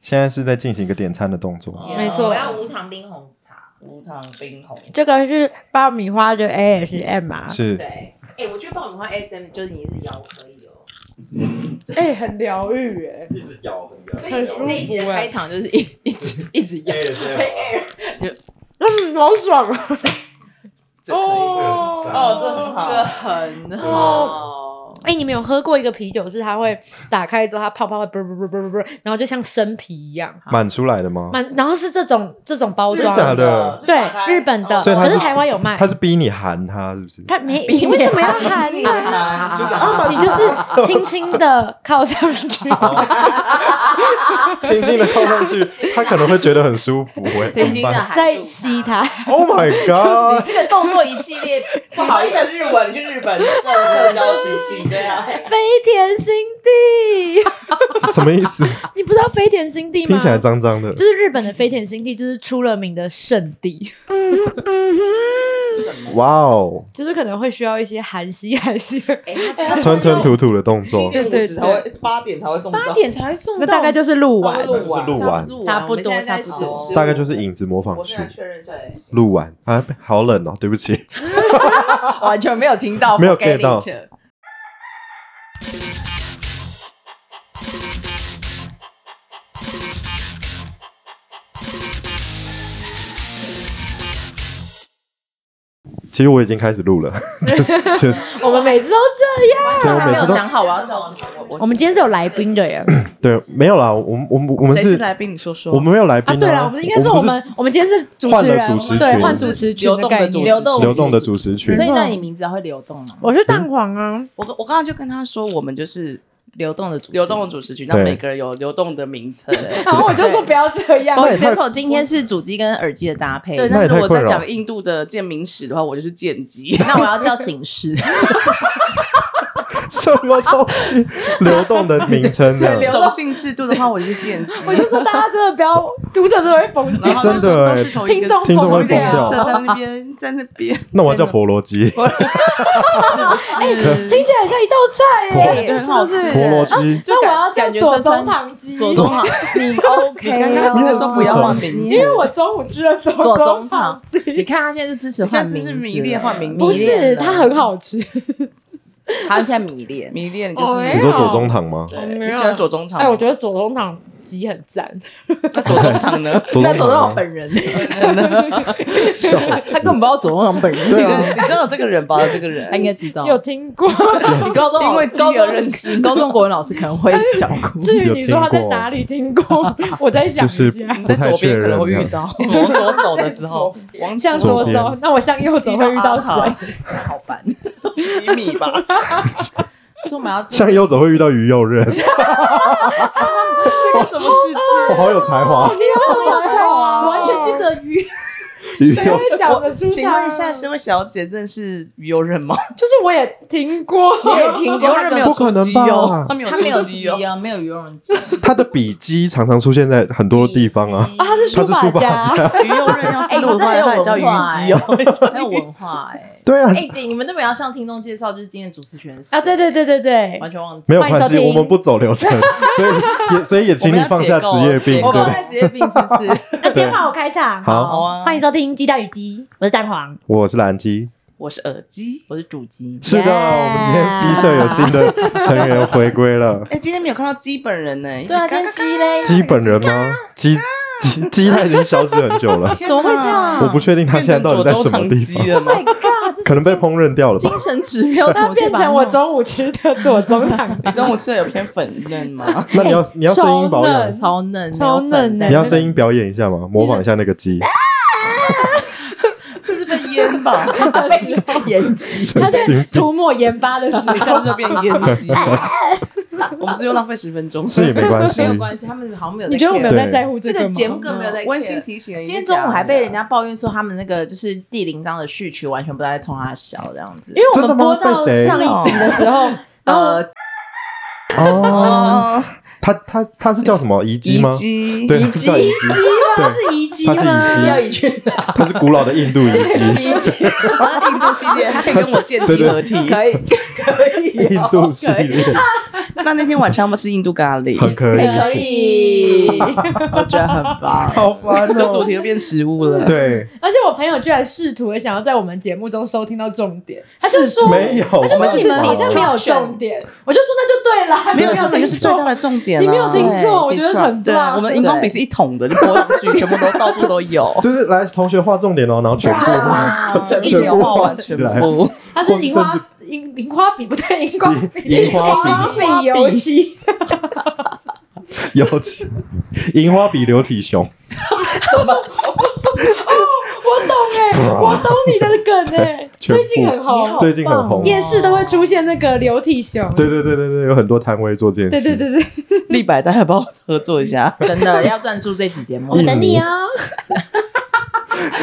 现在是在进行一个点餐的动作。没错我要无糖冰红茶。无糖冰红这个是爆米花的 ASM 啊，是对，，哎、我觉得爆米花 SM 就是你是摇可以哦。哎、很疗愈哎，一直咬，很所咬以很舒服这一集的开场就是 一一直一直摇，嗯，好爽啊！这可以，哦，这很这好，很好。哎、你们有喝过一个啤酒是它会打开之后，它泡泡会啵啵啵啵啵啵，然后就像生啤一样，满出来的吗？满，然后是这种这种包真装，假的是对打开日本的，哦所以它可是台湾有卖，他是逼你含它，是不是？它 没，你为什么要喊你呢？啊就打你就是轻轻的靠上去，轻轻的靠上 去，他可能会觉得很舒服、欸。轻轻怎么的办再 吸它， ，Oh my 你 God！哦这个动作一系 列，不好意思，日文，你去日本社社交实习，对 啊，飞田新地， 什么意思？你不知道飞田新地吗？听起来脏脏的就。是日本的飞田新地，就是出了名的圣地，什么？哇哦，就是可能会需要一些含吸含吸，哎，吞吞吐吐的动作七，点五十才会，八点才会送到，八点才会送那到，大概就是录完差。不多录完录差不多我们现在在差不多15大概就是影子模仿我现术在。确认一下，录完啊，好冷哦，对不起。完全没有听到，没有 forget get 到 it 其实我已经开始录 了，就是就是我们每次都这样。完对我全每没有次都想好我要讲什么。我们今天是有来宾的耶！对，没有啦，我们我们我们谁是是，来宾？你说说，我们没有来宾啊，对了，我们应该说我们我们今天是主持换人，了主持群对，换主持群流动的概主持念。流动流动的主持群所，以那没错你名字会流动吗？我是蛋黄啊，我我刚刚就跟他说，我们就是流动的主持流动的。主持群，那对每个人有流动的名称。然后我就说不要这样， For 也太 example，今天是主机跟耳机的搭 配，对，那但也是太我困在扰讲印度的建民史的话，我就是建 基。那我要叫醒狮， 什么东西？流动的名称这流样，种姓制度的话，我就是建 基。我就说大家真的不要，读者真的会疯然 掉，后他们真的都欸是从一个听众听众会同疯一个颜色掉。在那 边，在那边，那我要叫婆罗 鸡， 是听起来很像一道菜耶。婆对很好吃哎就是婆罗鸡，那我要叫感觉左深宗深棠鸡， 左宗棠，你 OK 刚刚不哦是说不要换名字因，为我中午吃了左左宗宗棠棠鸡，你看他现在就支持你现换在是名不字是了，迷恋换名字不是它很好，好吃，他现在迷恋。迷恋就哦是哎你说左宗棠吗？对没你有喜欢左宗棠？哎，我觉得左宗棠鸡很赞，得 左宗棠呢，左 他宗左宗棠棠吗，本人，笑 他根本不知道左宗棠本哎人是 其谁实，啊你知道这个人吧？这个人他应该知道。有听 过。。你高中因为鸡高而中认识你高中国文老师可能会讲哭至于有你说他听在过哪里听 过，我在想就是一下。你在左边可能会遇到， 往左走的时候，往 向左左边走，那我向右走会遇到啊谁？ 好烦。几米吧？ 所以我们要向右走会遇到于右任，这个什我么世 界？ 好有才华，有才华啊完全记得鱼，于啊 谁右会讲得出？请问一下，，这位小姐认识鱼油人吗？就是我也听过，我也听过游 人没有不可出能击吧哦，他没有他没有出鸡击哦。啊，没有 鱼肉鸡，他的笔记常常出现在很多地方啊，啊，他是 他书是书法家，家， 鱼油人要是路的话，哎他也你叫真的鱼姬哦。有文化没有文化哎。对啊，哎，你们这边要向听众介绍，就是今天主持人 啊，对对对对对，完全忘记。没有欢迎关收系，听我们不走流 程，所以也所以也请你放下职业病，我我们放对，在职业病是不是？那今天换我开场，好 好 啊，欢迎收听《鸡蛋与鸡》，我是蛋黄，我是蓝鸡。我是耳机。，我是主机，是的， Yeah 我们今天鸡舍有新 的成员回归了哎，今天没有看到鸡本人呢。对啊，今天鸡嘞，鸡本人吗？鸡鸡鸡它已经消失很久了， 天哪怎么会这样？我不确定它变现在成到底在左宗什么棠地鸡方，了吗？ My God，这是可能被烹饪掉了吧精。神指标怎它么可以变把成我弄中午吃的左宗 棠，你中午吃的有偏粉嫩吗？ 那你要你要声音保超养嫩，超嫩，超嫩欸的你要声音表演一下吗？模仿一下那个鸡，这是被淹 吧？演技。神它在经病涂抹盐巴的时 你候，下次就变淹鸡 了。我们是又浪费十分钟。是也没关系没，有关系，他们好像没有在 care。你觉得我们有在对在乎这这个嗯个吗节目根本没有在 care 温馨提醒人家，今天中午还被人家抱怨说，他们那个就是第零章的序曲完全不知道在冲他笑这样子因。为我真的们吗播到被谁 上一集的时候，然后呃，哦，哦，它它它是叫什么遗迹遗吗？迹，对，它叫遗迹，它对，是遗迹它是遗迹要移去哪？它是古老的印度遗迹，理解啊印度系列，它可以跟 我剑对姬对合体。可以，可以印哦，度系列那那天晚上要吃印度咖喱，很可以，可以。我觉得很 棒。好烦这主哦。题又变食物了。对，而且我朋友居然试图也想要在我们节目中收听到重点，他就说，没有，我他就我们说就是你们把你这没有 distraction 重点，我就说那就对啦，没有，这重才点就是最大的重点啊。你没有听错，我觉得很对啊，棒。我们的荧光笔是一桶的，就拨上去，全部都到处都 有。就是来同学画重点哦，然后全部 画，就一全秒部画画完起全来，部，它是荧光荧荧花笔，不对，荧光笔，荧花笔油漆，笔，尤其樱花笔流体熊，我懂哎，我懂你的梗哎，全部最近很红，最近很红，夜市都会出现那个流体熊，对对对对对，有很多摊位做这件对事，对对对，立百大家帮我合作一下。 真的要赞助这期节目我，们等你哦，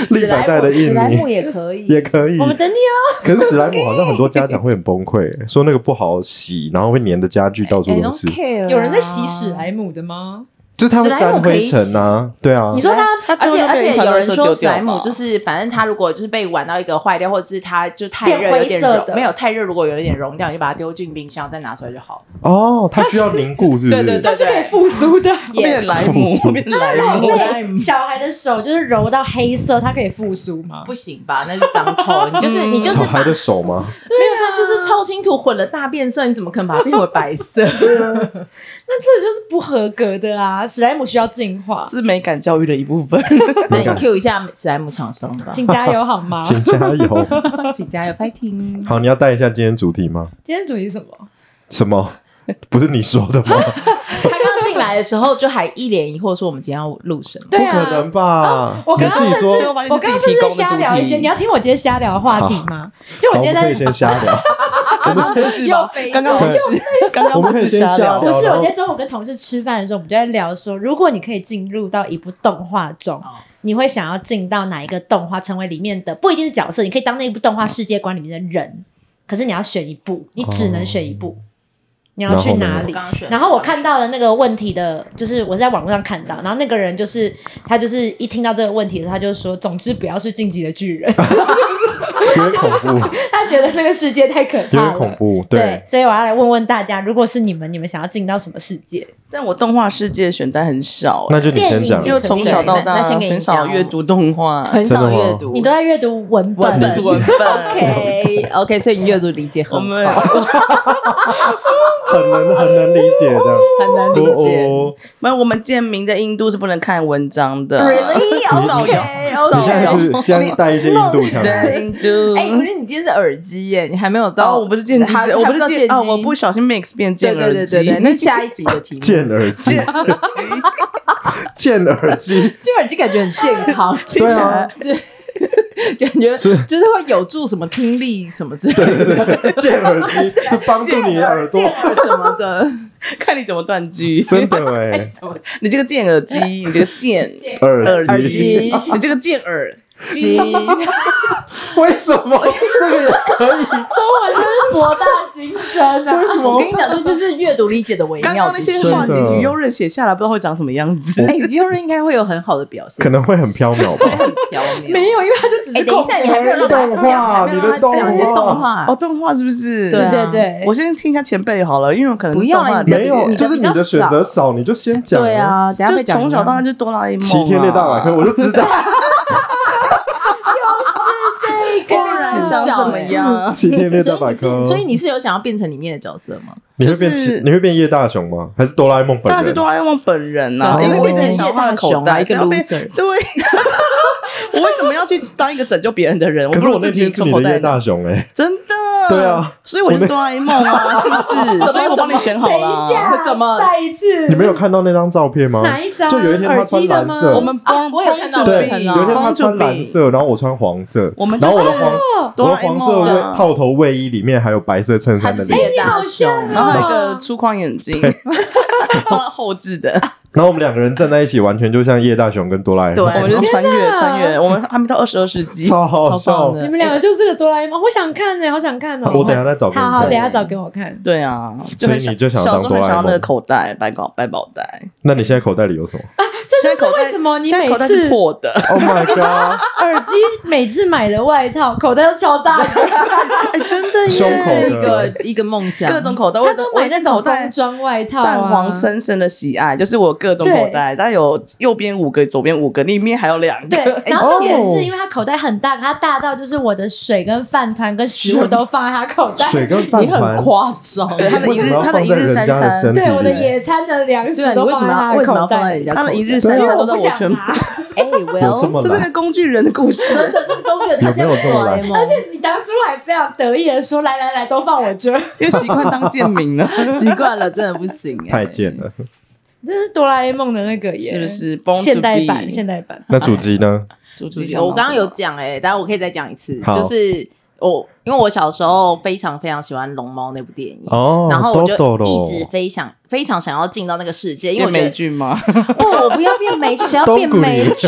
对历百代的史印莱尼姆也可以，也可以我，们等你哦，可是史莱姆好像很多家长会很崩溃，说那个不好洗，然后会粘的家具到处哎都 don't 是， care 啊有人在洗史莱姆的吗？就是它会沾灰尘啊，对啊你，说他，他而最且后而被且遗传有到人时候说丢史掉莱姆吧就是，反正它如果就是被玩到一个坏掉，或者是它就太变热有灰点色融，的没有太热，如果有一点融掉，你就把它丢进冰箱，再拿出来就好。哦，它需要凝固是不是？对对对它是可以复苏 的。我变成莱姆，我变成啊莱姆，被小孩的手就是揉到黑色，它可以复苏吗？不行吧？那是脏透，你嗯就是你就是小把孩的手吗？没有，那就是超清土混了大变色，你怎么可能把它变回白 色？那这就是不合格的啊！史莱姆需要进化，这是美感教育的一部分。那你 Q 一下史莱姆厂商吧，啊 请加油好吗？请加油！请加油 fighting！好，你要带一下今天主题吗？今天主题是什么？什么？不是你说的吗？他刚刚进来的时候就还一脸疑惑说我们今天要录什么，对不啊，可能吧？我刚你刚自己甚至说，最后发现我是刚自己刚甚提至供的瞎主聊一些，题你要听我今天瞎聊的话题吗？就我好，我今天们可以在先瞎聊。 刚刚不是吧？刚刚不是，刚刚我们不可以是先瞎瞎聊不聊。是，我哦然后今天中午跟同事吃饭的时候，我们就在聊说，如果你可以进入到一部动画中，哦你会想要进到哪一个动画，成为里面的不一定是角色，你可以当那一部动画世界观里面的人，可是你要选一部，你只能选一部，哦你要去哪里？刚选然后我看到了那个问题的，就是我在网络上看到，然后那个人就是他，就是一听到这个问题的时候，他就说，总之不要是晋级的巨 人，有点恐怖，他觉得那个世界太可有怕点了。恐怖。对对，，所以我要来问问大家，如果是你们，你们想要进到什么世界？但我动画世界选单很少，那就你先讲电影。因为从小到大那那先给你很少讲哦阅读动画，很真的少吗阅读，你都在阅读文本，文文本。 OK OK，所以你阅读理解很 我们很能很能理解这样。很难理解。哦，没有，我们建民在印度是不能看文章的。Oh，造谣 Really？OK 哦你现在 OK。是现在是带一些印度腔吗， 在印度，哎，可是你今天是耳机耶，你还没有然到。哦后我不是剑姬，还我不还是到剑剑哦，姬我不小心 mix 变对剑对耳对机对，对，那下一集的题目，健耳 机，健耳 机，这耳机感觉很健 康，对啊，感觉是就是会有助什么听力什么之类的，健耳机是帮助你的耳朵，什么的。 看你怎么断句。真的哎，你这个剑耳机，你这个剑 耳耳机机，，你这个剑耳机，为什么这个也可以？中文就是博大精深啊！为什 我么跟？你讲，这就是阅读理解的微刚妙刚那之些处。话真的你优任写下来，不知道会长什么样子。哎，鱼肉应该会有很好的表现，哎可能会很飘渺吧。很飘渺。 没有，因为他就只是哎，等一下，你还没有让他动讲画还没有 你的让他讲动你的画动画哦，动画是不是？对啊对对对，我先听一下前辈好了，因为我可能不要动画了了解没有，就是你的选择少，你就先讲。对，啊，等一下就再是讲从小到大就哆啦 A 梦啊，齐天烈大百科，我就知道 果跟然智商笑怎么欸样？齐天烈大所以啊百你是科。，所以你是有想要变成里面的角色吗？你会变就齐是你会变叶大雄吗？还是哆啦 A 梦本人？当然是哆啦 A 梦本人呐、哦啊因为我一直变很成想要他的口啊叶大袋，谁雄啊一个要变 loser 对， 我为什么要去当一个拯救别人的人？可不是如我那自己天是做你口的袋叶呢大雄哎，真的。对啊，所以我就是哆啦 A 梦啊，是不 是？所以我帮你选好等一了。下，什么再一次，你没有看到那张照片吗？哪一张？就有一天他耳穿机的蓝吗？色我们帮我有看到对，我有看一到天他帮助穿蓝比，色，然后我穿黄色，我们就然后是我的黄哦，我哆的啦 A 黄色梦卫啊，套头卫衣里面还有白色衬他衫就的是脸，叶大雄哎你 然好像啊后还有一个粗框眼镜，然后后置的，然后我们两个人站在一起，完全就像叶大雄跟哆啦 A 我们梦，就穿天越哪穿越，我们还没到二十二世纪，哎超好超笑棒。的你们两个就是个哆啦 A 梦，我想看呢、好想看哦、我等一下再找给你好好，看等一。下找给我看。对啊，所以很你就想要小当时候哆很啦 A 想要那个梦口袋百宝百宝袋，那你现在口袋里有 什么这现就在口是袋为什么你现在每口袋是次破的， ？Oh my god！耳机每次买的外套口袋都超大的，哎，真的胸这是口一耶，个一个梦想，各种口袋，我他有都我买有那件种口袋工装外套、啊，蛋黄深深的喜爱，就是我各种口袋，它有右边五个，左边五个，里面还有两 对个，，然后重点哦是因为他口袋很大，他大到就是我的水跟饭团跟食物都放在他口袋，水跟饭你很团，夸张，对他的为一什日么要他的放一在日人三家的餐身，体对里？我的野餐的粮对食啊，你都为什放在他的么要为口什么要放在袋人，家口他袋？的一日因三为餐我都在不我想全部，拿， 哎有这么，Well，这是懒个工具人的故事，真的，这是工具人，他现在是哆啦 A 梦，而且你当初还非常得意的说来来来都放我这儿，因为习惯当贱民了， 习惯了，真的不行，哎太贱。了。 这是哆啦 A 梦的那个耶，是不？是？Born to 现代版， be 现代版。那哎主机呢？猪猪自己想我刚拿刚什么有讲哎、欸，但我可以再讲一次，好就是我因为我小时候非常非常喜欢《龙猫》那部电影。哦，然后我就豆豆一直咯，非常非常想要进到那个世界，因变为我觉美得剧吗？不，我不要变美剧，谁要 变东古美里剧？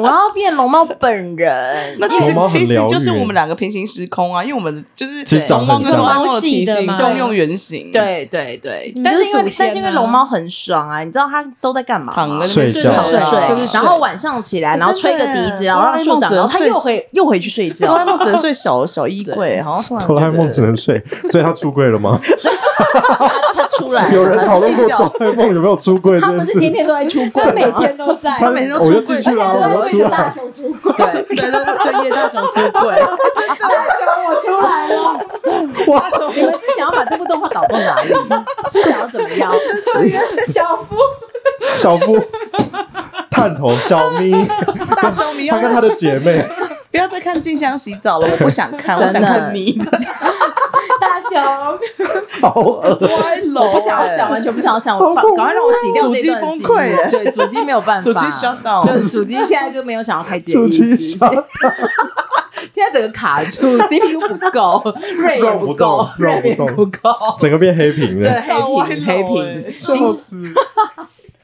我要变龙猫本人。 那其龙猫实很其实疗就是愈欸我们两个平行时空啊，因为我们就是其实长龙猫得跟很龙像，猫的体猫系的型嘛共用原型，，对对对你，们但就是是因为祖先啊但是因为龙猫很爽啊，你知道它都在干嘛吗？躺在那边睡睡觉啊睡就就是是睡，然后晚上起来，哎然后吹个真的耶笛子，然后哆啦让 A 树梦长只高，能它睡又回又回去睡觉哆啦 A 梦只能睡小小衣柜，好像突哆啦 A 然觉得梦只能睡，所以他出柜了 吗？它出来了有人讨论过哆啦 A 梦有没有出柜他这不件是天事？天都在出柜他每吗？天都在，他每天都我出就柜进去了，啊而且他都我会就出跟大来。雄出柜，对对对对，叶大雄出柜， 大雄我出来了，哇，你们是想要把这部动画搞到哪里？是想要怎么样？小夫小夫、探头、小咪，大雄你要他跟他的姐妹，不要再看静香洗澡了，我不想看，我真的想看你的大雄，好恶歪楼、 我不想要想，完全不想要想，我把赶快让我洗掉这段主机崩溃耶对，主机没有办主法，机 shut down 就是主机现在就没有想要开机的主意机思。现在整个卡住，CPU 不够，锐也肉不够动，锐也肉不不够，整个变黑屏对，了。黑屏黑哎屏，笑死！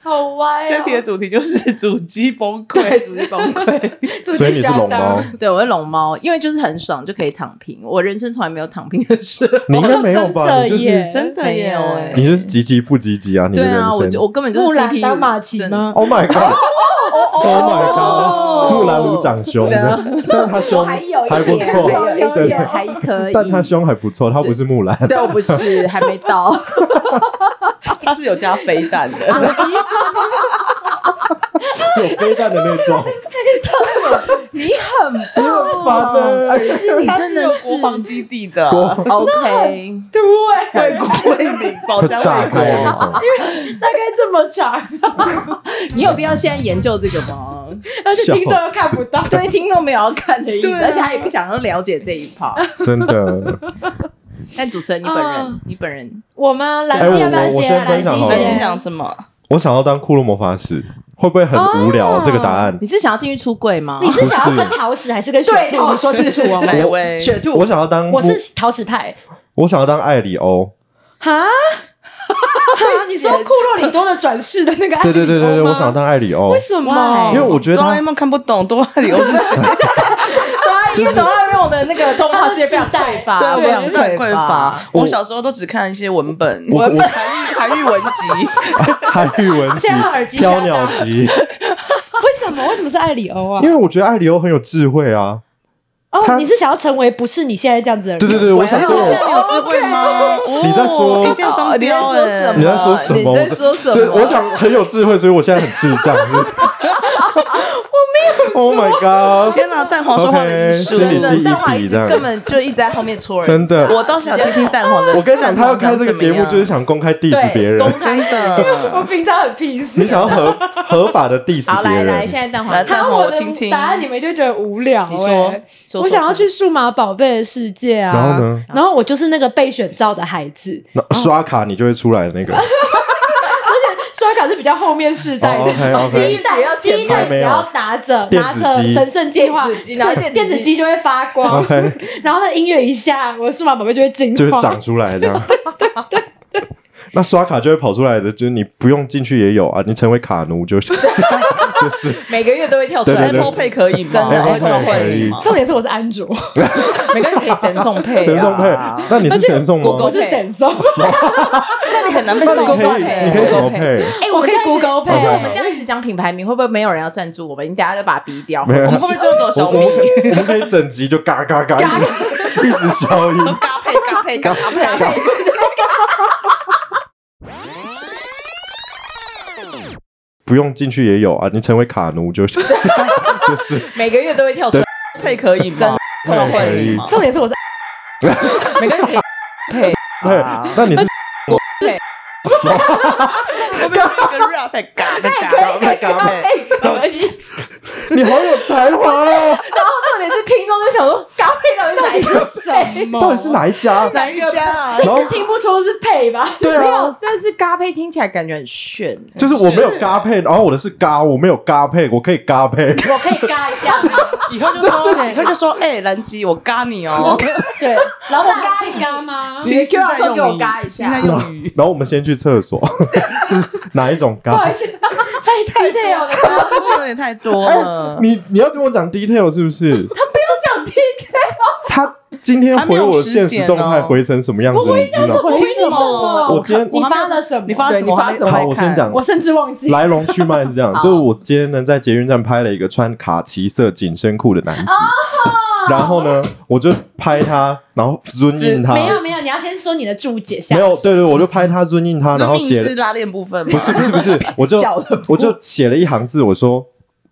好歪这哦题。的主题就是 主机崩对，溃，主机崩溃。主所以机你是龙猫，对，我是龙猫，因为就是很爽，就可以躺平。我人生从来没有躺平的事。你应该没有吧？你就真的耶是真的耶！哦没有哎你就是积极不积极啊！你的对人啊，我生就我根本就是木兰 CPU 当马骑真的吗？ Oh my god! Oh my god! 木兰无长胸对啊，但他我胸还有一还不点错还有，一对点对，还呃可以，但他胸还不错，他不是木兰。 对我不是还没到，它啊是有加飞弹啊的，有飞弹的那种， 你很你很烦欸呢、哎耳机，你它真是的有是国防 基地的，国 OK，对， 为国为民保会家炸卫国开的那种，大概这么长，你有必要现在研究这个 吗？而且听众又看不到。对，听众没有要看的意思，对啊而且他也不想要了解这一 part。真的。但主持人，你本人啊嗯，你本人我吗？蓝哎鲸要不要我我先？先分蓝享鲸好了那你先。想什么？我想要当库洛魔法使，会不会很无聊？啊哦这个答案你，是想要进去出柜吗？你是想要跟桃石还是跟雪对，兔？哦你说清楚 我哪们位？ 雪兔，啊我想要当，我是桃石派。我想要当艾里欧。哈，你说库洛里多的转世的那个？对对对对对，我想要。当艾里欧为，什么？哦因为我觉得哆啦 A 他梦看不懂，哆啦 A 梦是谁？因为哆啦 A 梦的那个动画世界非 常匮乏，非常我知道很匮乏。。我我小时候都只看一些文本，我文我本韩愈韩愈文集，韩语文集现在耳、机飘鸟集，为什么？为什么是艾里欧啊因？为我觉得艾里欧很有智慧啊。哦，他你是想要成为不是你现在这样子的人？啊对对 对，我想你说说现在有智慧吗？你在说一箭双哦你在雕说什哎么？你在说什么你在说什这么？我想很有智慧，所以我现在很智障。是我没有。Oh my god！天哪，蛋黄说话的艺术 OK，心理真的，记忆但我一笔直这样根本就一直在后面戳人。真的，我倒是想听听蛋黄 的。我跟你讲，他要开这个节目就是想想公开 diss 对，别人公，开真的。我平常很 peace 你。想要合合法的 diss 好，别来来，人现。在蛋黄来，然蛋后黄我我的听听。答案你们就觉得无聊、欸。你说，说我想要去数码宝贝的世界啊。然后呢？然后我就是那个被选召的孩子，那刷卡你就会出来的那个。刷卡是比较后面世代的。哦 OK 第一 OK，代只要，钱第一代还没只有要拿着电拿子着机神圣计划，电子机然后对电电子机子机就会发光， OK， 然后那音乐一下，我的数码宝贝就会进化。就是长出来这样。那刷卡就会跑出来的，就是你不用进去也有啊，你成为卡奴就是 就是每个月都会跳出对来对。对 Apple Pay 可以吗？真的会转 Apple Pay 可换以你吗？重点是我是安卓， 每个人可以神送哎配、啊，神送配，那你是神送我吗我？是神送， 那你很难被那照你顾啊可 以你可以什么配？哎我可以 Google 可是 Pay 我们这样一直讲品牌名，会不会没有人要赞助我们？你等下就把它逼掉。没有你会不会就走我小我米们？我们可以整集就嘎嘎嘎一直 一直消音，搭配搭配搭配搭配。不用进去也有啊，你成为卡奴就是 就是每个月都会跳出来。配可以吗？对召唤你 吗？重点是我是每个人可以 对，那你是这边有一个 rap 嘎配嘎配嘎配，可以，哎重 你好有才华哦，点是听众就想说，高配到底哪一个谁？哦到底是哪一家？哪一个？啊甚然后至听不出是配吧？对没啊有，，但是嘎配听起来感觉很炫。就是我没有嘎配，然后我的是嘎，我没有嘎配，我可以嘎配。我可以嘎一下吗？以后就说，以后就说，哎，蓝姬，我嘎你哦我。对，然后我嘎一嘎吗？新时代用你 QR code 给我语嘎一下新时代用语，然后我们先去厕所，是哪一种不好嘎意？思，太 detail 了。大家资讯有点太多了。你你要跟我讲 detail 是不是？讲听他今天回我的现实动还没有十点态哦回成什么样子，你知道吗？我听什什么？我今天你发了什么？你发什么？对你发什么还好，我先讲我甚至忘记。来龙去脉是这样，就是我今天呢在捷运站拍了一个穿卡其色紧身裤的男子，然后呢我就拍他，然后尊印他，没有没有，你要先说你的注解下。没有，对对，我就拍他尊印他，然后命写是拉链部分吗？不是不是不是，我就脚的部分我就写了一行字，我说。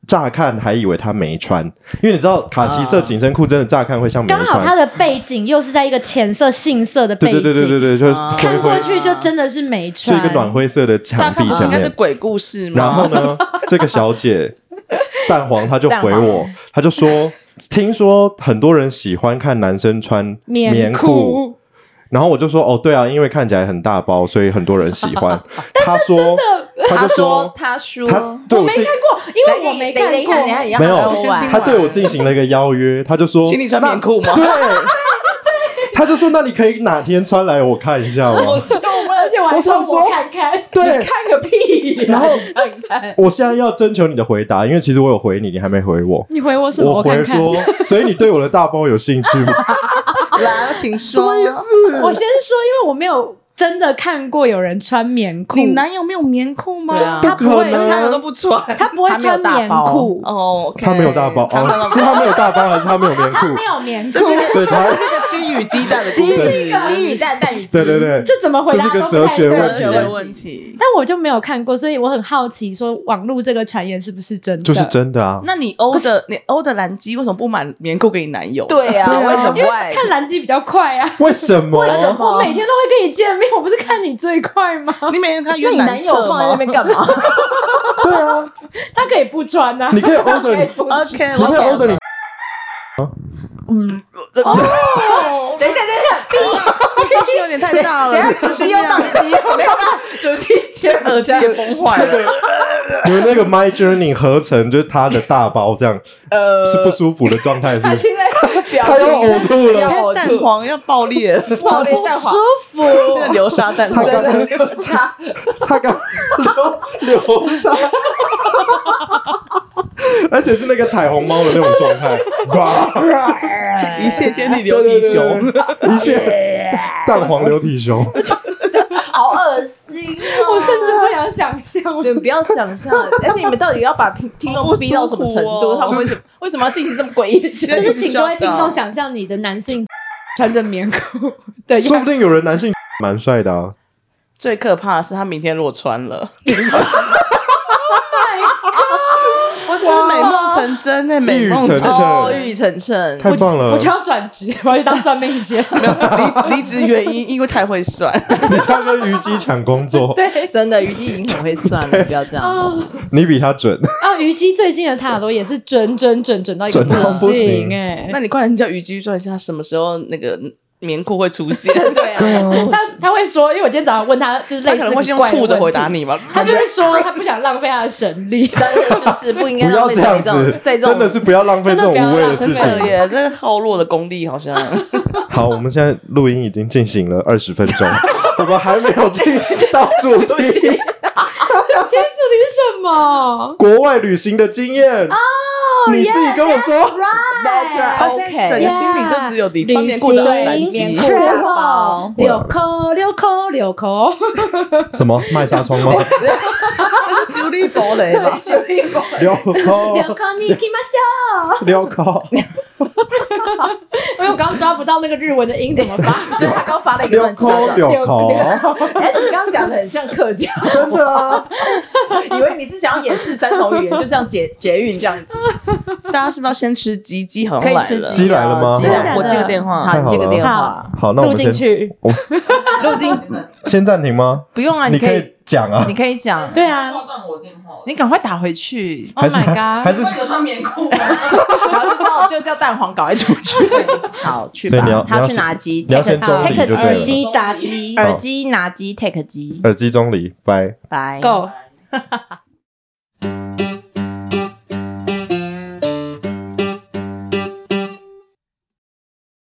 乍看还以为他没穿，因为你知道卡其色紧身裤真的乍看会像没刚好它穿，的背景又是在一个浅色、杏色的背对景，对对对对对，就是啊灰看灰过，去就真的是没就穿，一个暖灰色的墙乍看壁不是前哦应该是面。鬼故事吗？然后呢，这个小姐蛋黄，她就回蛋我，她就说：“听说很多人喜欢看男生穿棉裤。”然后我就说：“哦，对啊，因为看起来很大包，所以很多人喜欢。”她说：“她就说，他说她对我没看过，因为我没看等一下，等一下，过。你让没他有说完。她对我进行了一个邀约，她就说：‘请你穿棉裤吗？对，她就说：‘那你可以哪天穿来我看一下吗？’而且我还说我看看，对，看个屁！然后看看，我现在要征求你的回答，因为其实我有回你，你还没回我。你回我什么？我回看看。说，所以你对我的大包有兴趣吗？来，请说。我先说，因为我没有真的看过有人穿棉裤，你男友没有棉裤吗？对啊不他不可会，男友都能，不穿。他不会穿棉裤，哦，OK，他没有大包他没有哦，是他没有大包还是他没有棉他裤？没有棉裤这，是一个所以他这是一个鸡与鸡蛋的故事，鸡与蛋，蛋与鸡。对对对，这怎么回答这是个都不太哲学对问哲题学问题。但我就没有看过，所以我很好奇，说网络这个传言是不是真的？就是真的啊。那你欧的你欧的蓝鸡为什么不买棉裤给你男友？，对啊，对啊为什因为么欸？看蓝机比较快啊。为什么？我每天都会跟你见面，我不是看你最快吗？ 你每天看那约你男男友厕放在那吗边干 嘛？对啊，他可以不穿啊。你可以 order，你？OK，你我可以 order 你。等一下，等一下，哦 这资讯有点太大了，只是要宕机，没 有办法，主题这耳机也崩坏那了。个你们那个 My Journey 合成就是他的大包这样，呃，是不舒服的状态，是不他是？现在表他要情呕吐现了，在蛋黄要爆裂了，是 爆裂蛋黄，服。变成流沙蛋他黄。刚真的流沙，他刚流流沙，而且是那个彩虹猫的那种状态，哇！一泻千里流体熊，对，对对对一切蛋黄流体熊，好恶心哦！我甚至不想想象，我对，不要想象，而且你们到底要把听听众逼到什么程好度？不舒服哦他们为什么为什么要进行这么诡异的事？就就是是请请各各位位听听众众想象你的男性穿着 棉裤的说样不子。定有人男性 蛮帅的啊。最可怕的是他明天如果穿了，我真是美梦成真哎，美梦一语成谶成哦，玉成成，太棒了！我就要转职，我要去当算 命哦仙。离离职原因因为太会算， 你差跟虞姬抢工作，哎真的虞姬已经很会算了，不要这样。哦你比他准。哦，虞姬最近的塔罗也是准准准准到一个准到不行哎。那你快点叫虞姬算一下什么时候那个棉裤会出现，对啊，他他会说，因为我今天早上问他，就是他类可似能会先怪的吐着问回答题，你吧。他就会说他不想浪费他的神 力。真的是不是不应不该浪要费这在样这种子，在这种真的是不要浪费这种无谓的事真的不要 对浪费情。耶，这个耗弱的功力 好像好，我们现在录音已经进行了二十分钟，我们还没有进到主题，今天主题是什么？国外旅行的经哦验。你自己跟我说，他现 在整个心里就只有你穿棉裤的旅南行极棉 裤裤大包，？六颗六颗六颗，什么卖纱窗 吗？那是修理堡垒啊吧？流口六颗你 k i m 流口因为我刚刚抓不到那个日文的音怎么发所以他刚发了一个流乱七八口糟。流口，哎，你刚刚讲的很像客家，真的啊！以为你是想要掩饰三种语言，就像捷捷运这样子。大家是不是要先吃鸡？鸡好可像以来吃了。鸡鸡来了吗鸡真的假来了的我接个电话，好，你接个电话，好，那我录们进先去。入境先暂停吗？不用啊，你你可以，讲啊你，可以讲，对啊你赶快打回 去， ，Oh 还是 my 还 god！是，然后就叫就叫蛋黄赶快出去。好去所以你要吧，你他要去拿鸡你要，take 先中好立就，take 对耳了。机打机耳机拿鸡，take 鸡，嗯耳机中离，拜。拜。 ，Go！